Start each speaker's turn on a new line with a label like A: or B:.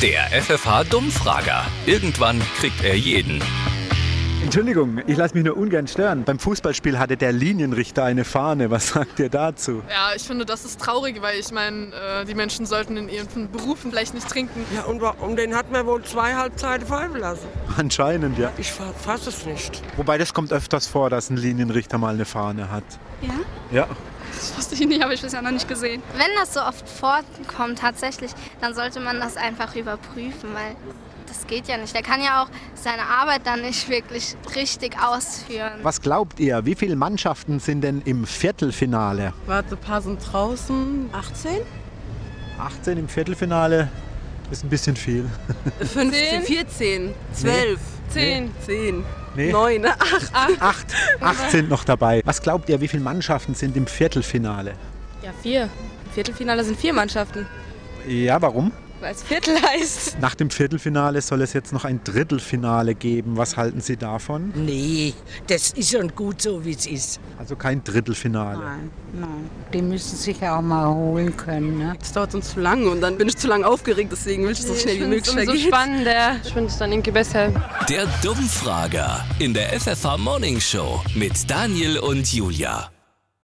A: Der FFH-Dummfrager. Irgendwann kriegt er jeden.
B: Entschuldigung, ich lasse mich nur ungern stören. Beim Fußballspiel hatte der Linienrichter eine Fahne. Was sagt ihr dazu?
C: Ja, ich finde, das ist traurig, weil ich meine, äh, die Menschen sollten in ihren Berufen vielleicht nicht trinken.
D: Ja, und um den hat man wohl zwei Halbzeiten pfeifen lassen.
B: Anscheinend, ja.
D: Ich fa- fass es nicht.
B: Wobei das kommt öfters vor, dass ein Linienrichter mal eine Fahne hat.
E: Ja?
B: Ja.
E: Das wusste ich nicht, habe ich bisher noch nicht gesehen.
F: Wenn das so oft vorkommt tatsächlich, dann sollte man das einfach überprüfen, weil das geht ja nicht. Der kann ja auch seine Arbeit dann nicht wirklich richtig ausführen.
B: Was glaubt ihr, wie viele Mannschaften sind denn im Viertelfinale?
G: Warte, ein paar sind draußen. 18?
B: 18 im Viertelfinale ist ein bisschen viel.
G: 15? 14? 12? 10? 10?
B: Nee.
G: 9? 8?
B: Acht. Acht sind noch dabei. Was glaubt ihr, wie viele Mannschaften sind im Viertelfinale?
G: Ja, 4. Viertelfinale sind vier Mannschaften.
B: Ja, warum?
G: Weil es Viertel heißt.
B: Nach dem Viertelfinale soll es jetzt noch ein Drittelfinale geben. Was halten Sie davon?
H: Nee, das ist schon gut so, wie es ist.
B: Also kein Drittelfinale.
I: Die müssen sich ja auch mal holen können. Ne?
G: Es dauert uns zu lange und dann bin ich zu lange aufgeregt, deswegen will ich, dass es so schnell wie möglich schnell geht.
C: spannender. Ich finde es dann irgendwie besser.
A: Der Dummfrager in der FFH Morning Show mit Daniel und Julia.